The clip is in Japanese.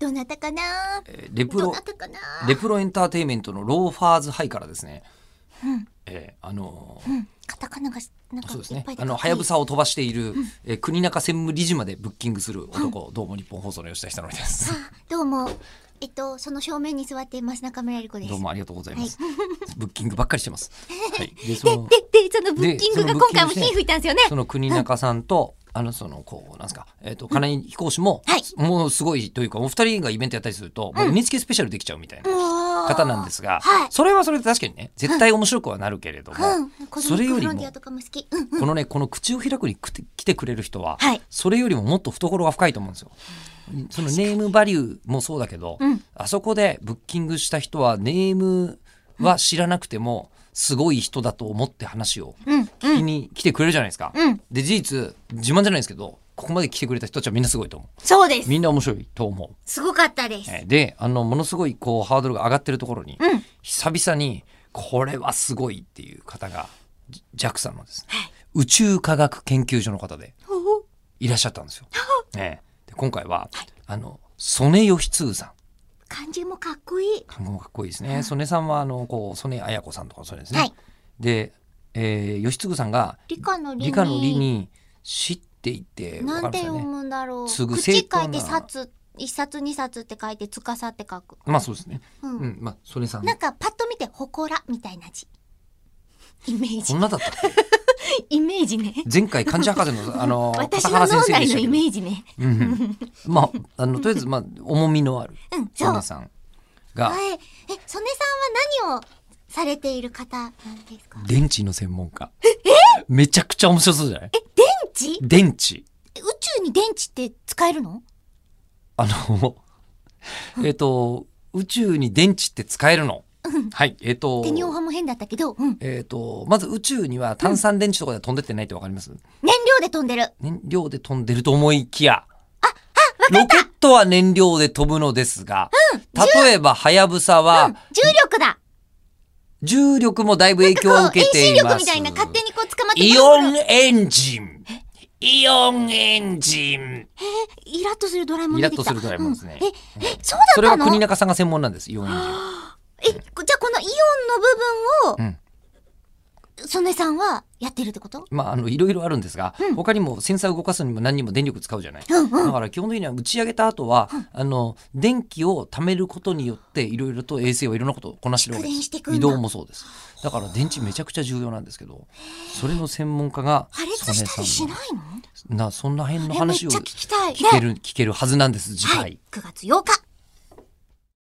どなたかなえーレプどロなたかなレプロエンターテインメントのローファーズハイからですね、えーあのーうんカタカナがなんかそうですいっねぱいであかのっこいいはやぶさを飛ばしている、えー国中専務理事までブッキングする男、どうも日本放送の吉田久典ですあどうもえっとその正面に座っています中村えり子ですどうもありがとうございます、ブッキングばっかりして ます、はい、でそでのででそのブッキングがでその今ブッキング回も火吹いたんですよねその国中さんと、あのそのこうなんですか、えっ、と金井飛行士も、はいもうすごいというかお二人がイベントやったりすると、もう NHK スペシャルできちゃうみたいな方方なんですが、はいそれはそれで確かにね絶対面白くはなるけれども、うん子供それよフりロンもティアとかも好きうんこのねこの口を開くにくて来てくれる人は、はいそれよりももっと懐が深いと思うんですよ。そのネームバリューもそうだけど、うんあそこでブッキングした人はネームは知らなくてもすごい人だと思って話をうんう聞きんに来てくれるじゃないですか。うんで事実自慢じゃないですけどここまで来てくれた人たちはみんなすごいと思そうでうすみんな面白いと思うすごかったですえーであのものすごいこうハードルが上がってるところに、うん久々にこれはすごいっていう方がジ JAXA のですね、宇宙科学研究所の方でおいらっしゃったんですよ。えーで今回は、あの曽根義通さん漢字もかっこいい看護もかっこいいですね、曽根さんはあのこう曽根綾子さんとかそうですね。はいで、えー、義次さんが理科の理に理科の理に知っていてわなかるんんてですよ読ね。むんだろうすぐ口書正当ないて冊一冊二冊って書いて司って書くまあそうですね。ううんん、まあそれさん。なんかパッと見て祠みたいな字イメーこジんなだったっけ。イメージね前回漢字博士のあの私高の原脳先生で内したのけイどメ。ージねうんうんまああのとりあえずまあ重みのあるうんそ曽う根さんがはいえ曽根さんは何をされている方なんですか電池の専門家。めちゃくちゃ面白そうじゃない？電池電池宇宙に電池って使えるのあの えっと宇宙に電池って使えるの。はいえっとテニオ派も変だったけど、うん、えっとまず宇宙には炭酸電池とかでは飛んでってないってわかります？燃料で飛んでる燃料で飛んでると思いきや。ロケットは燃料で飛ぶのですが、例えば、はやぶさは、重力だ重力もだいぶ影響を受けてい こうま遠心力みす。たいな勝手にこう捕まってイブルオブンルエンジン。イオンエンジン。イラッとするドラえもん出てきたイラッとするドラえもんですねうんええそうだったのそれは国中さんが専門なんです。イオンエンジン。え、じゃあこのイオンの部分を、曽根さんはやってるってことまあ、あの、いろいろあるんですが、ん他にもセンサー動かすにも何にも電力使うじゃない。うんうんだから基本的には打ち上げた後は、あの、電気を貯めることによって、いろいろと衛星はいろんなことをこなしてるわけで蓄電してくんす。だ移動もそうです。だから電池めちゃくちゃ重要なんですけど、それの専門家が、破裂したりしないのなそんな辺のえめっち話をゃ聞きたい。聞けね。る、聞けるはずなんです、次回。はい。9月8日、